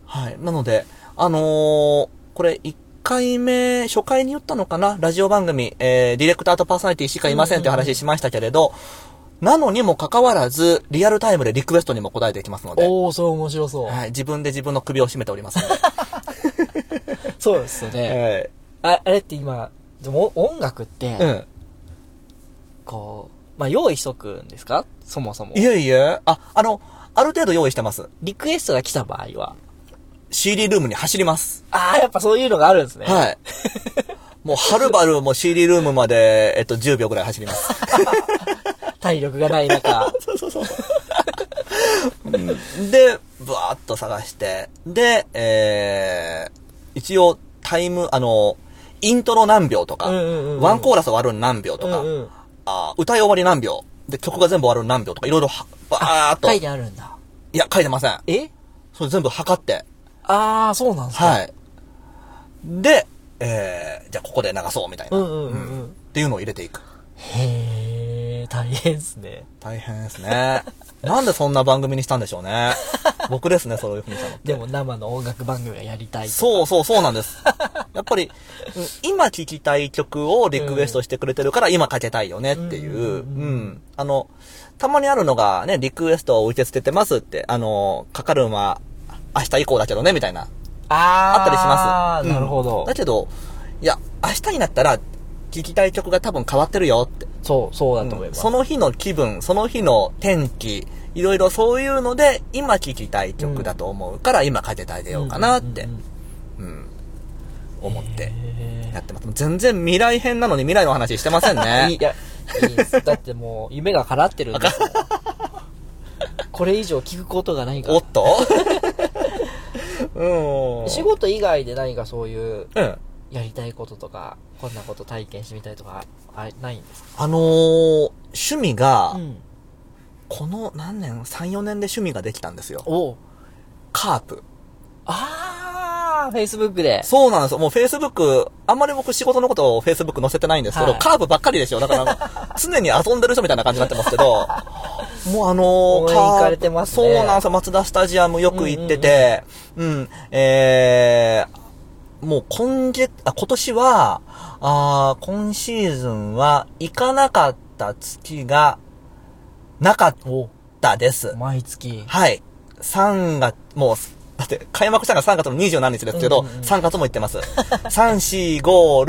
Speaker 3: はい。なので、あのーこれ1回目、初回に言ったのかなラジオ番組、えー、ディレクターとパーソナリティしかいませんって話しましたけれど、なのにもかかわらず、リアルタイムでリクエストにも答えていきますので、
Speaker 2: おー、それ面白そう。
Speaker 3: はい、自分で自分の首を絞めておりますので。
Speaker 2: そうですよね。
Speaker 3: え
Speaker 2: ああれって今、でも音楽って、
Speaker 3: ーうん。
Speaker 2: こう、まあ、用意しとくんですかそもそも。
Speaker 3: いえいえ、あ、あの、ある程度用意してます。
Speaker 2: リクエストが来た場合は。
Speaker 3: CD ルームに走ります。
Speaker 2: ああ、やっぱそういうのがあるんですね。
Speaker 3: はい。もう、はるばるもう CD ルームまで、えっと、10秒ぐらい走ります。
Speaker 2: 体力がない中。
Speaker 3: そうそうそう。で、ぶわーっと探して、で、えー、一応、タイム、あの、イントロ何秒とか、
Speaker 2: うんうんうんうん
Speaker 3: ワンコーラス終わるの何秒とか、
Speaker 2: うんうん
Speaker 3: あー歌い終わり何秒、で、曲が全部終わるの何秒とか、いろいろは、ばーっと。
Speaker 2: 書い
Speaker 3: い
Speaker 2: てあるんだ。
Speaker 3: や、書いてません。
Speaker 2: え
Speaker 3: それ全部測って。
Speaker 2: ああ、そうなんですか。
Speaker 3: はい。で、えー、じゃあここで流そうみたいな、
Speaker 2: うんうんうんうん
Speaker 3: っていうのを入れていく。
Speaker 2: へえ、大変ですね。
Speaker 3: 大変ですね。なんでそんな番組にしたんでしょ うね。僕ですね、そういうふうにしたのっ て。
Speaker 2: でも生の音楽番組がやりたい。
Speaker 3: そうそうそうなんです。 やっぱり、うん今聴きたい曲をリクエストしてくれてるから今かけたいよねっていう。う
Speaker 2: うん
Speaker 3: ん。あの、たまにあるのがね、リクエストを受け付けてますって、あの、かかる馬、明日以降だけどね、みたいな。
Speaker 2: あ
Speaker 3: あったりします。うん
Speaker 2: なるほど
Speaker 3: だ。けど、いや、明日になったら、聴きたい曲が多分変わってるよって。
Speaker 2: そう、そうだと思います。
Speaker 3: その日の気分、その日の天気、いろいろそういうので、今聴きたい曲だと思うから、今かけてあげようかなって。
Speaker 2: うんうんうん
Speaker 3: うん、思って
Speaker 2: へ
Speaker 3: やってます。全然未来編なのに未来の話してません
Speaker 2: えい
Speaker 3: ね
Speaker 2: い。や、いいです。だってもう、夢が叶ってるんですもんこれ以上聞くことがないか
Speaker 3: おっ
Speaker 2: ら。
Speaker 3: とうん。
Speaker 2: 仕事以外で何かそういう、
Speaker 3: うん。
Speaker 2: やりたいこととか、こんなこと体験してみたいとか、あないんですか
Speaker 3: あのー趣味が、
Speaker 2: ん。
Speaker 3: この何年 ?3、4年で趣味ができたんですよ。
Speaker 2: お
Speaker 3: カープ。
Speaker 2: あー、Facebook で。
Speaker 3: そうなんですよ。もう Facebook、あんまり僕仕事のことを Facebook 載せてないんですけど、
Speaker 2: はい
Speaker 3: カープばっかりですよ。だからあ の、常に遊んでる人みたいな感じになってますけど、もうあのー
Speaker 2: 応援行かれてますね
Speaker 3: カープそうなんですよ。松田スタジアムよく行ってて、うんえー、もう今月、あ、今年は、あー今シーズンは行かなかった月がなかっ
Speaker 2: お
Speaker 3: たです。
Speaker 2: 毎月。
Speaker 3: はい。3月、もう、だって、開幕したのが3月の27日ですけど、
Speaker 2: うんうんうん
Speaker 3: 3月も行ってます。3、4、5、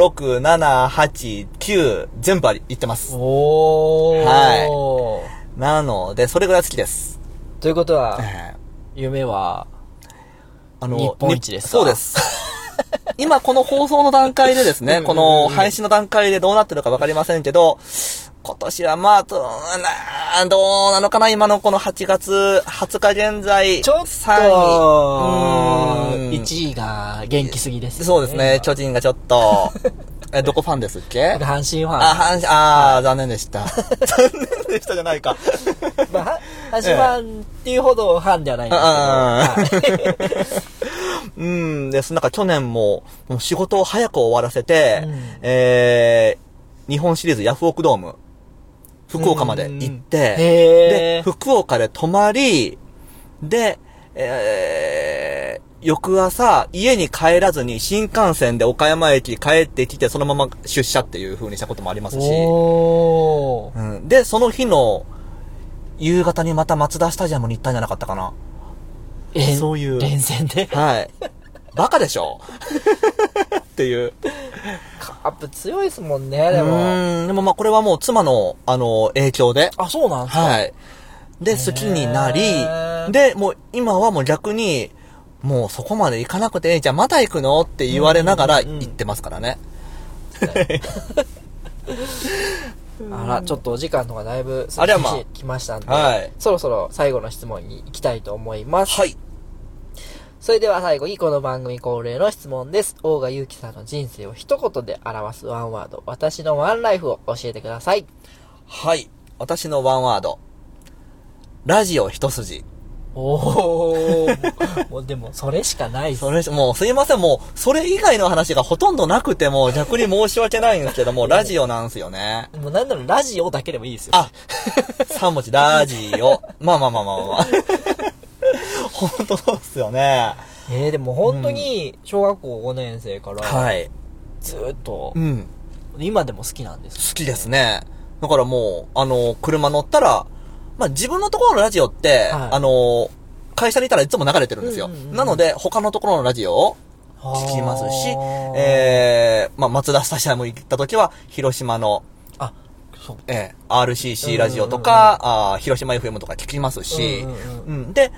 Speaker 3: 6、7、8、9、全部あり行ってます。
Speaker 2: おー。
Speaker 3: はなので、それぐらい好きです。
Speaker 2: ということは、
Speaker 3: えー
Speaker 2: 夢は、
Speaker 3: あ
Speaker 2: 日本一ですか
Speaker 3: にそうです。 今この放送の段階でですね、この配信の段階でどうなってるかわかりませんけど、今年はまあ、となどうなのかな今のこの8月20日現在。
Speaker 2: ちょっと、
Speaker 3: 3位。うん
Speaker 2: 1位が元気すぎです、
Speaker 3: そうですね、巨
Speaker 2: ょ
Speaker 3: 人がちょっ と。え、どこファンですっけ
Speaker 2: 阪神ファン。
Speaker 3: あ、阪神、あー、残念でした。残念でしたじゃないか。
Speaker 2: まあ、は阪神ファンっていうほどファンではないんですけど。はい
Speaker 3: うんです。なんか去年も、もう仕事を早く終わらせて、
Speaker 2: うん
Speaker 3: えー、日本シリーズヤフオクドーム、福岡まで行っ
Speaker 2: うん
Speaker 3: て、で
Speaker 2: へー、
Speaker 3: 福岡で泊まり、で、えー、翌朝、家に帰らずに新幹線で岡山駅帰ってきて、そのまま出社っていう風にしたこともありますし、
Speaker 2: おー。
Speaker 3: うん、で、その日の夕方にまた松田スタジアムに行ったんじゃなかったかな。
Speaker 2: え
Speaker 3: そういう
Speaker 2: 連戦で。
Speaker 3: はい。バカでしょ っていう。
Speaker 2: カープ強いですもんね、
Speaker 3: う
Speaker 2: でも。
Speaker 3: ーん。でもまあこれはもう妻の、あの、影響で。
Speaker 2: あ、そうなんですか
Speaker 3: はい。で、好きにな
Speaker 2: へー
Speaker 3: り、で、もう今はもう逆に、もうそこまで行かなくてええじゃん、まだ行くのって言われながら
Speaker 2: うんうんうん
Speaker 3: 行ってますからね。
Speaker 2: あら、ちょっとお時間の方がだいぶ
Speaker 3: ありゃまあ
Speaker 2: 来ましたんで、
Speaker 3: はい
Speaker 2: そろそろ最後の質問に行きたいと思います。
Speaker 3: はい。
Speaker 2: それでは最後にこの番組恒例の質問です。大賀祐樹さんの人生を一言で表すワンワード、私のワンライフを教えてください。
Speaker 3: はい。私のワンワード。ラジオ一筋。
Speaker 2: おお、もうでもそれしかないっす
Speaker 3: それ、もうすいません、もう、それ以外の話がほとんどなくても、逆に申し訳ないんですけども、ラジオなんですよね。
Speaker 2: もうなんならラジオだけでもいいですよ。
Speaker 3: あ、3文字、ラジオ。まあまあまあまあまあま あ。本当そうっすよね。
Speaker 2: えー、でも本当に小学校5年生から
Speaker 3: い。
Speaker 2: ずーっと
Speaker 3: う、ん。
Speaker 2: 今でも好きなんです。
Speaker 3: 好きですね。だからもう、あの、車乗ったら、まあ自分のところのラジオって、
Speaker 2: はい
Speaker 3: あの、会社にいたらいつも流れてるんですよ。
Speaker 2: うんうんうん
Speaker 3: なので、他のところのラジオを聞きますし、えー、まあ松田スタジアム行った時は、広島の、
Speaker 2: ー、あ、そう。
Speaker 3: えー、RCC ラジオとか、あー広島 FM とか聞きますし、
Speaker 2: う
Speaker 3: うんん
Speaker 2: うん
Speaker 3: で、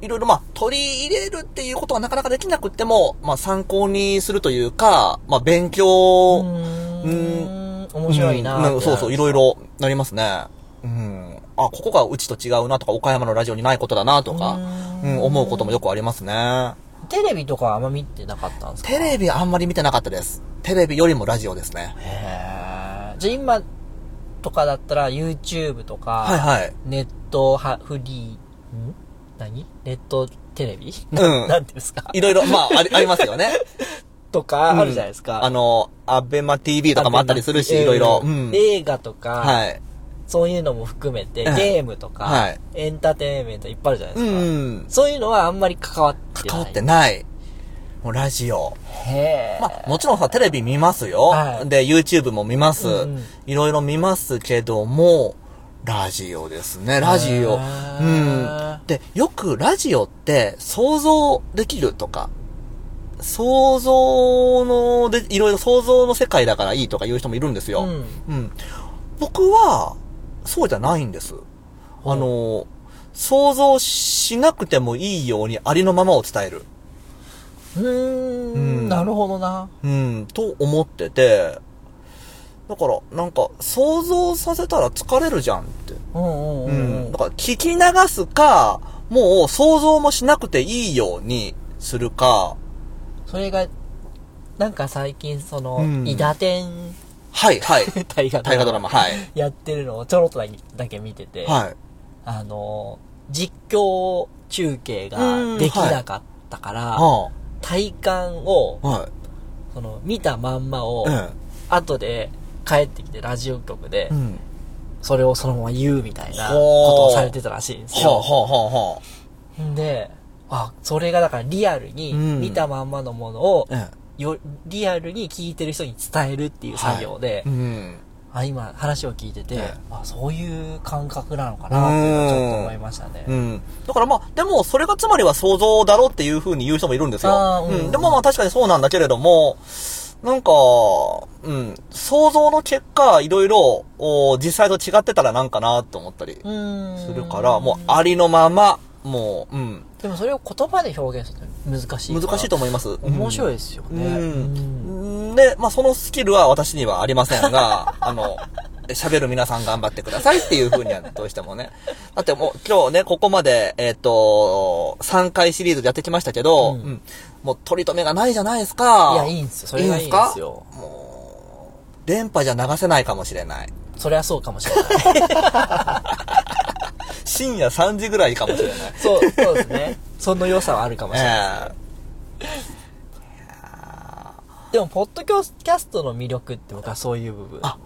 Speaker 3: いろいろまあ、取り入れるっていうことはなかなかできなくっても、まあ参考にするというか、まあ勉強、
Speaker 2: うーん、面
Speaker 3: 面
Speaker 2: 白
Speaker 3: 白
Speaker 2: い
Speaker 3: い
Speaker 2: な
Speaker 3: な
Speaker 2: ーってなる
Speaker 3: そうそう、いろいろなりますね。うん。あ、ここがうちと違うなとか、岡山のラジオにないことだなとか、うん、思うこともよくありますね。
Speaker 2: テレビとかはあんま見てなかったんですか
Speaker 3: テレビあんまり見てなかったです。テレビよりもラジオですね。
Speaker 2: へーじゃあ今とかだったら YouTube とか、
Speaker 3: はいはい。
Speaker 2: ネットはフリー、ん何ネットテレビ、
Speaker 3: うん
Speaker 2: なんていうんですか
Speaker 3: いろいろ、まあ、あり、ありますよ ね。
Speaker 2: とかあるじゃないですか。
Speaker 3: うんあの、アベマ TV とかもあったりするし、いろいろ。
Speaker 2: う
Speaker 3: うんん。
Speaker 2: 映画とか、
Speaker 3: はい。
Speaker 2: そういうのも含めて、
Speaker 3: うん
Speaker 2: ゲームとか、
Speaker 3: はい
Speaker 2: エンターテインメントいっぱいあるじゃないで
Speaker 3: う
Speaker 2: すか。
Speaker 3: ん。
Speaker 2: そういうのはあんまり関わってない。
Speaker 3: 関わってない。もうラジオ。
Speaker 2: へー
Speaker 3: まあ、もちろんさ、テレビ見ますよ。
Speaker 2: はい
Speaker 3: で、YouTube も見ます、
Speaker 2: うんうん
Speaker 3: いろいろ見ますけども、ラジオですね、ラジオ。
Speaker 2: へ
Speaker 3: う
Speaker 2: ー
Speaker 3: ん。で、よくラジオって想像できるとか、想像の、で、いろいろ想像の世界だからいいとか言う人もいるんですよ。
Speaker 2: うん
Speaker 3: うん、僕は、そうじゃないんです。あの、想像しなくてもいいようにありのままを伝える。
Speaker 2: うーん、
Speaker 3: ん
Speaker 2: なるほどな。
Speaker 3: うん、と思ってて、だから、なんか、想像させたら疲れるじゃんって。
Speaker 2: うんうんう、
Speaker 3: うん
Speaker 2: うん
Speaker 3: ん。だから、聞き流すか、もう想像もしなくていいようにするか、
Speaker 2: それが、なんか最近その、
Speaker 3: うん
Speaker 2: 伊ダテン
Speaker 3: は い、はい。
Speaker 2: 大河
Speaker 3: 大河ドラマ、はい。
Speaker 2: やってるのをちょろっとだけ見てて、
Speaker 3: はい。
Speaker 2: あの、実況中継ができなかったから、
Speaker 3: あ
Speaker 2: 体感を
Speaker 3: あ、、はい。
Speaker 2: その、見たまんまを、
Speaker 3: う
Speaker 2: 後で帰ってきてラジオ局で
Speaker 3: ん。う、ん。
Speaker 2: それをそのまま言うみたいなこ
Speaker 3: ほう
Speaker 2: とをされてたらしいんです
Speaker 3: はあ、
Speaker 2: よ。
Speaker 3: はあ、はあ、は
Speaker 2: で、あ、それがだからリアルに、
Speaker 3: うん
Speaker 2: 見たまんまのものを、
Speaker 3: あ。
Speaker 2: よ、リアルに聞いてる人に伝えるっていう作業で、
Speaker 3: うん。うん。
Speaker 2: あ、今話を聞いてて、
Speaker 3: ええ
Speaker 2: あ、そういう感覚なのかなっていうのはちょっと思いましたね。
Speaker 3: うん。だからまあ、でも、それがつまりは想像だろっていう風に言う人もいるんです
Speaker 2: あ
Speaker 3: よ。
Speaker 2: ー
Speaker 3: う
Speaker 2: うん
Speaker 3: ん。でもまあ確かにそうなんだけれども、なんか、うん、想像の結果、いろいろ、お実際と違ってたらなんかなと思ったり
Speaker 2: うーん。
Speaker 3: するから、もうありのまま、もう、うん、
Speaker 2: でもそれを言葉で表現するの難しいから。
Speaker 3: 難しいと思います。
Speaker 2: 面白い
Speaker 3: い。
Speaker 2: ですよ
Speaker 3: う
Speaker 2: ね。うん
Speaker 3: ん。で、まあそのスキルは私にはありません が、あの、喋る皆さん頑張ってくださいっていう風にはどうしてもね。だってもう今日ね、ここまで、えっ、と、3回シリーズでやってきましたけ
Speaker 2: う
Speaker 3: ど、
Speaker 2: ん
Speaker 3: うんもう取り留めがないじゃないですか。
Speaker 2: いや、いいんですよ。それがいいんですよ。
Speaker 3: 電波じゃ流せないかもしれない。
Speaker 2: それはそうかもしれ ない。
Speaker 3: 深夜3時ぐらいかもしれ ない。
Speaker 2: そう、そうですね。その良さはあるかもしれない。
Speaker 3: え
Speaker 2: でも、ポッドキャストの魅力って僕はそういう部分
Speaker 3: あ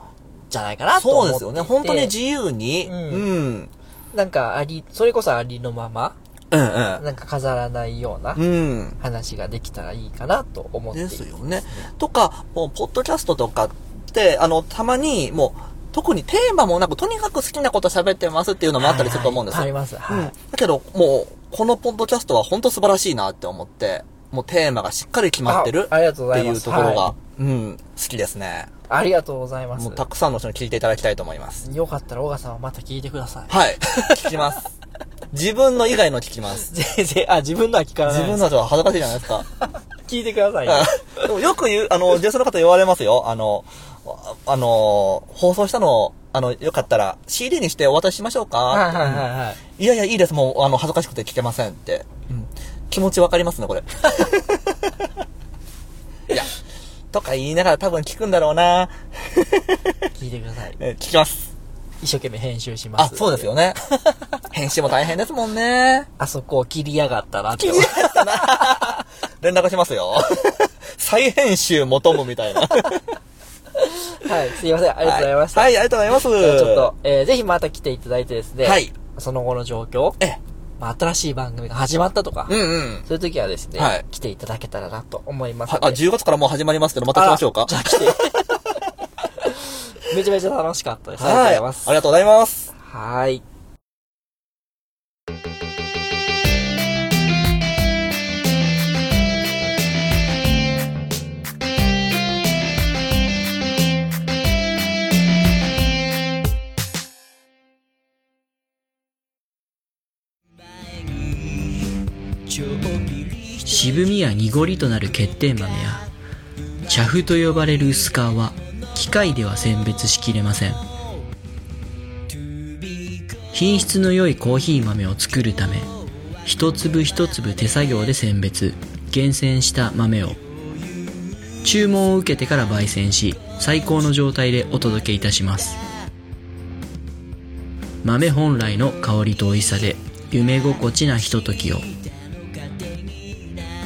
Speaker 2: じゃないか
Speaker 3: え
Speaker 2: なと
Speaker 3: そう
Speaker 2: 思っ
Speaker 3: で
Speaker 2: ていて。
Speaker 3: すよね。本当に自由に、
Speaker 2: う
Speaker 3: うんん、うん、
Speaker 2: なんかあり、それこそありのまま、
Speaker 3: うん、
Speaker 2: なんか飾らないような
Speaker 3: うん。
Speaker 2: 話ができたらいいかなと思ってい
Speaker 3: で
Speaker 2: て
Speaker 3: すよね。とか、もう、ポッドキャストとかって、あの、たまに、もう、特にテーマもなく、とにかく好きなこと喋ってますっていうのもあったりすると思うんですよ。
Speaker 2: はいはいありますはい
Speaker 3: うんだけど、もう、このポッドキャストは本当素晴らしいなって思って、もうテーマがしっかり決まってる
Speaker 2: あありがとうご
Speaker 3: っ
Speaker 2: ざい
Speaker 3: てい
Speaker 2: ま
Speaker 3: う
Speaker 2: す
Speaker 3: ところが、
Speaker 2: は
Speaker 3: うん、好きですね。
Speaker 2: ありがとうございます
Speaker 3: もうたくさんの人に聞いていただきたいと思います。
Speaker 2: よかったら、小川さんはまた聞いてください。
Speaker 3: はい。聞 きます。自分の以外の聞きます。
Speaker 2: 全 然、あ、自分のは聞かない。
Speaker 3: 自分のとは恥ずかしいじゃないですか。
Speaker 2: 聞いてくださいよ。
Speaker 3: でもよく言う、あの、女性の方言われますよ。あの、ああの、放送したのを、あの、よかったら CD にしてお渡ししましょうか、
Speaker 2: はいはいはいはい。
Speaker 3: いやいや、いいです。もう、あの、恥ずかしくて聞けませんって。うん。気持ちわかりますね、これ。いや、とか言いながら多分聞くんだろうな。
Speaker 2: 聞いてください。
Speaker 3: え聞きます。
Speaker 2: 一生懸命編集しま
Speaker 3: あ、
Speaker 2: す。
Speaker 3: そうです よ。ね。編集も大変ですもんね。
Speaker 2: あそこを切りやがったなって。
Speaker 3: 連絡しま すよ。再編集求むみたいな。ありがとう
Speaker 2: はい、すいません。ありがとうございました。
Speaker 3: はい、はいありがとうございます。
Speaker 2: ちょっと、えーぜひまた来ていただいてですね。
Speaker 3: はい。
Speaker 2: その後の状況。
Speaker 3: ええ
Speaker 2: まあ、新しい番組が始まったとか。
Speaker 3: うんうん。
Speaker 2: そういう時はですね。
Speaker 3: はい
Speaker 2: 来ていただけたらなと思います
Speaker 3: は
Speaker 2: ので。
Speaker 3: あ、10月からもう始まりますけど、また来ましょうか。
Speaker 2: あじゃあ来て。めちゃめちゃ楽しかったです。ありがとうございます。
Speaker 3: ありがとうございます。
Speaker 2: はい。
Speaker 4: 渋みや濁りとなる欠点豆や茶フと呼ばれる薄皮は機械では選別しきれません品質の良いコーヒー豆を作るため一粒一粒手作業で選別厳選した豆を注文を受けてから焙煎し最高の状態でお届けいたします豆本来の香りと美味しさで夢心地なひとときを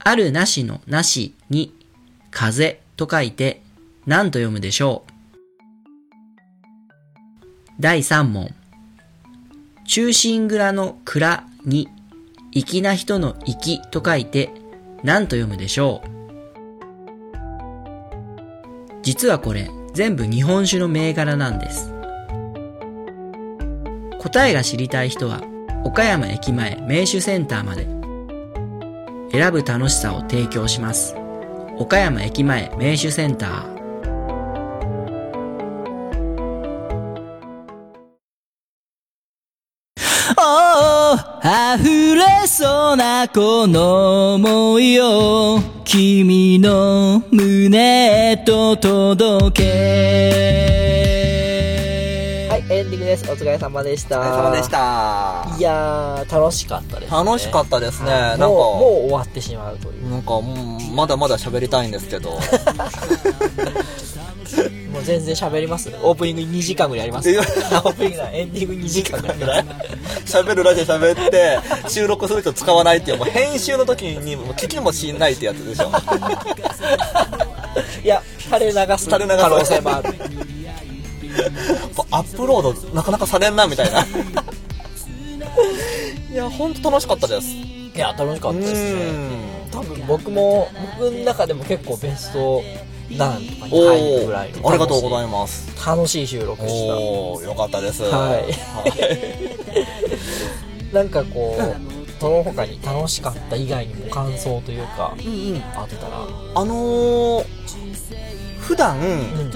Speaker 4: あるなしのなしに、風と書いて何と読むでしょう第3問。中心蔵の蔵に、粋な人の粋と書いて何と読むでしょう実はこれ全部日本酒の銘柄なんです。答えが知りたい人は岡山駅前名酒センターまで選ぶ楽しさを提供します岡山駅前名手センター
Speaker 1: おー溢れそうなこの想いを君の胸へと届け
Speaker 2: はい、エンディングです。お疲れ様でした。
Speaker 3: お疲れ様でした。
Speaker 2: いやー、楽しかったです、ね。
Speaker 3: 楽しかったですね。
Speaker 2: は
Speaker 3: ないん
Speaker 2: も
Speaker 3: か
Speaker 2: う、、もう終わってしまうという。
Speaker 3: なんか、うんまだまだ喋りたいんですけど。
Speaker 2: もう全然喋ります。オープニング2時間ぐらいあります。
Speaker 3: いや
Speaker 2: オープニングなエンディング2時間ぐらい。
Speaker 3: 喋るラジオ喋って、収録する人使わないっていう、もう編集の時にもう聞きもしないってやつ でしょ。
Speaker 2: いや、垂れ流す
Speaker 3: 垂れ流す
Speaker 2: 可能性もある。
Speaker 3: アップロードなかなかされんなみた いな。いや、ほんと楽しかったです。
Speaker 2: いや、楽しかったですね。
Speaker 3: ん。
Speaker 2: 多分僕も、僕の中でも結構ベスト9とかに
Speaker 3: お
Speaker 2: 入るぐ
Speaker 3: ー、
Speaker 2: ら
Speaker 3: あ
Speaker 2: い
Speaker 3: りがとうござ
Speaker 2: い
Speaker 3: います。
Speaker 2: ます。楽しい収録でした。
Speaker 3: おー、よかったです。
Speaker 2: はい
Speaker 3: い。
Speaker 2: なんかこう、その他に楽しかった以外にも感想というか、あってたら、
Speaker 3: あのー、普段、
Speaker 2: うん、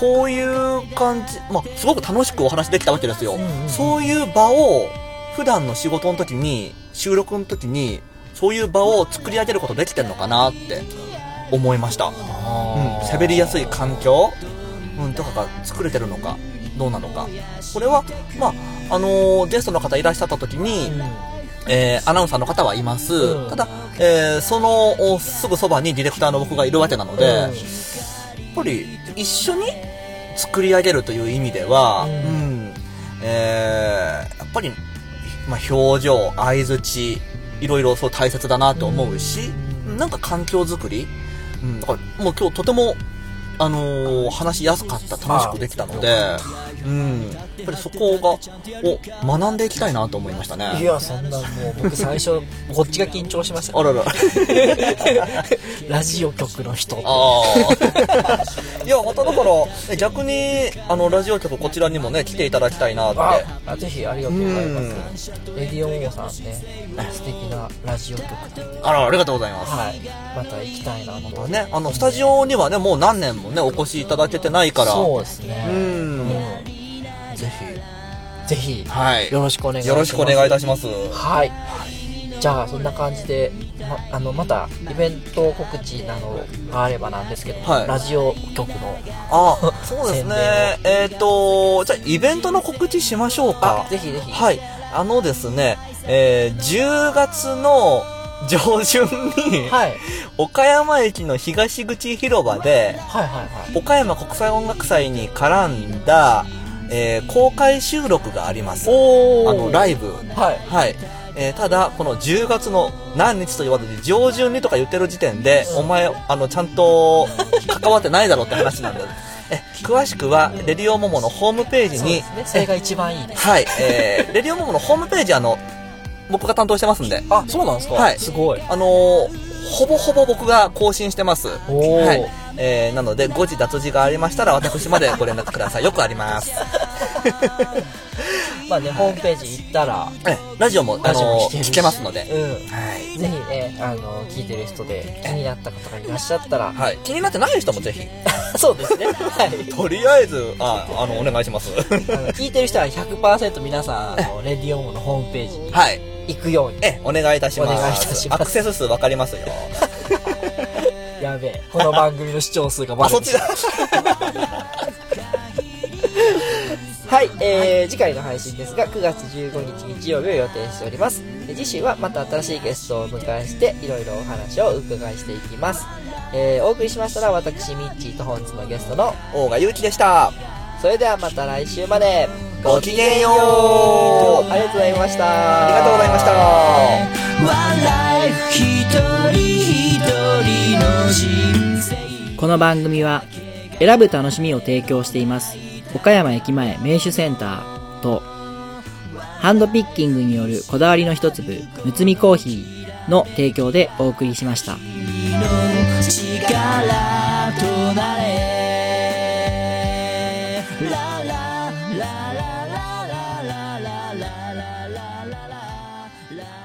Speaker 3: こういう感じ、まあ、すごく楽しくお話できたわけですよ。
Speaker 2: んうんうん
Speaker 3: そういう場を、普段の仕事の時に、収録の時に、そういう場を作り上げることできてんのかなって思いました。うん、喋りやすい環境、うん、とかが作れてるのか、どうなのか。これは、まあ、あのーゲストの方いらっしゃった時に、えーアナウンサーの方はいます。
Speaker 2: うん
Speaker 3: ただ、えーそのおすぐそばにディレクターの僕がいるわけなので、
Speaker 2: うん
Speaker 3: やっぱり一緒に作り上げるという意味では、
Speaker 2: う
Speaker 3: うんん、えーやっぱり、まあ、表情、相づち、いろいろそう大切だなと思うし、なんか環境づくり、うん、だからもう今日とても、あのー話しやすかった、楽しくできたので、うん、やっぱりそこが、を学んでいきたいなと思いましたね。
Speaker 2: いやそんなもう僕最初こっちが緊張しました
Speaker 3: あ らら。
Speaker 2: ラジオ局の人
Speaker 3: ああ。いや、まただから、逆に、あの、ラジオ局こちらにもね、来ていただきたいなって。
Speaker 2: ああぜひありがとうございますレディオモモさんね素敵なラジオ局で
Speaker 3: あら、ありがとうございます。
Speaker 2: はいまた行きたいなと
Speaker 3: ね、あの、スタジオにはね、もう何年もね、お越しいただけてないから。
Speaker 2: そうです
Speaker 3: う
Speaker 2: ね
Speaker 3: ん。
Speaker 2: ぜひぜひ
Speaker 3: はい。
Speaker 2: よろしくお願いします
Speaker 3: よろしくお願いいたします。
Speaker 2: はい。じゃあ、そんな感じで、ま、あの、また、イベント告知などがあればなんですけど、
Speaker 3: はい
Speaker 2: ラジオ局の、
Speaker 3: あ、そうですね。えっ、と、じゃあ、イベントの告知しましょう
Speaker 2: あ
Speaker 3: か、。
Speaker 2: ぜひぜひ。
Speaker 3: はい。あのですね、えー、10月の上旬に、
Speaker 2: はい。
Speaker 3: 岡山駅の東口広場で、
Speaker 2: はいはいはい。
Speaker 3: 岡山国際音楽祭に絡んだ、えー公開収録があります。
Speaker 2: お
Speaker 3: あの、ライブ。
Speaker 2: はい。
Speaker 3: はい。えーただ、この10月の何日と言わずに、上旬にとか言ってる時点で、お前、あの、ちゃんと関わってないだろうって話なんだ。え、詳しくは、レディオモモのホームページ
Speaker 2: そうで
Speaker 3: に
Speaker 2: す、ね。それが一番 いいです。
Speaker 3: はい、えー、レディオモモのホームページ、あの、僕が担当してますんで、
Speaker 2: あ、そうなんですか
Speaker 3: はい
Speaker 2: すごい。
Speaker 3: あのーほぼほぼ僕が更新してます。
Speaker 2: おー
Speaker 3: はい。えー、なので、誤字脱字がありましたら、私までご連絡ください。よくあります。
Speaker 2: まあね、ホームページ行ったら、
Speaker 3: えラジオも、あ
Speaker 2: ラジオ
Speaker 3: の
Speaker 2: も聞
Speaker 3: ー
Speaker 2: けるし
Speaker 3: 聞けますので。
Speaker 2: う
Speaker 3: はい。
Speaker 2: ん。ぜひね、あの、聞いてる人で気になった方がいらっしゃったら、
Speaker 3: はい。気になってない人もぜひ。
Speaker 2: そうですね。はい。
Speaker 3: とりあえず、あ、あの、お願いします。
Speaker 2: あの聞いてる人は100%皆さん、あの、レディオモのホームページに
Speaker 3: はい。
Speaker 2: 行くように。
Speaker 3: え、お願いいたします。
Speaker 2: お願いいたします
Speaker 3: アクセス数わかりますよ。
Speaker 2: やべえ、この番組の視聴数がバ
Speaker 3: あ、
Speaker 2: レ
Speaker 3: そ
Speaker 2: て
Speaker 3: っ
Speaker 2: き
Speaker 3: ち
Speaker 2: た
Speaker 3: だ。
Speaker 2: はい、えー、次回の配信ですが、9月15日日曜日を予定しております。で次週はまた新しいゲストをお迎えして、いろいろお話をお伺いしていきます。えー、お送りしましたら、私、ミッチーと本日のゲストの、
Speaker 3: 大賀祐樹でした。
Speaker 2: それではまた来週まで、
Speaker 3: ごきげんよう。
Speaker 2: ありがとうございました。
Speaker 3: ありがとうございました。
Speaker 1: 笑える一人一人の人生
Speaker 5: この番組は選ぶ楽しみを提供しています岡山駅前名手センターとハンドピッキングによるこだわりの一粒むつみコーヒーの提供でお送りしました
Speaker 1: の力となれララララララララララララララ